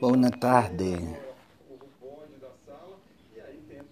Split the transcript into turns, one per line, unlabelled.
Boa tarde.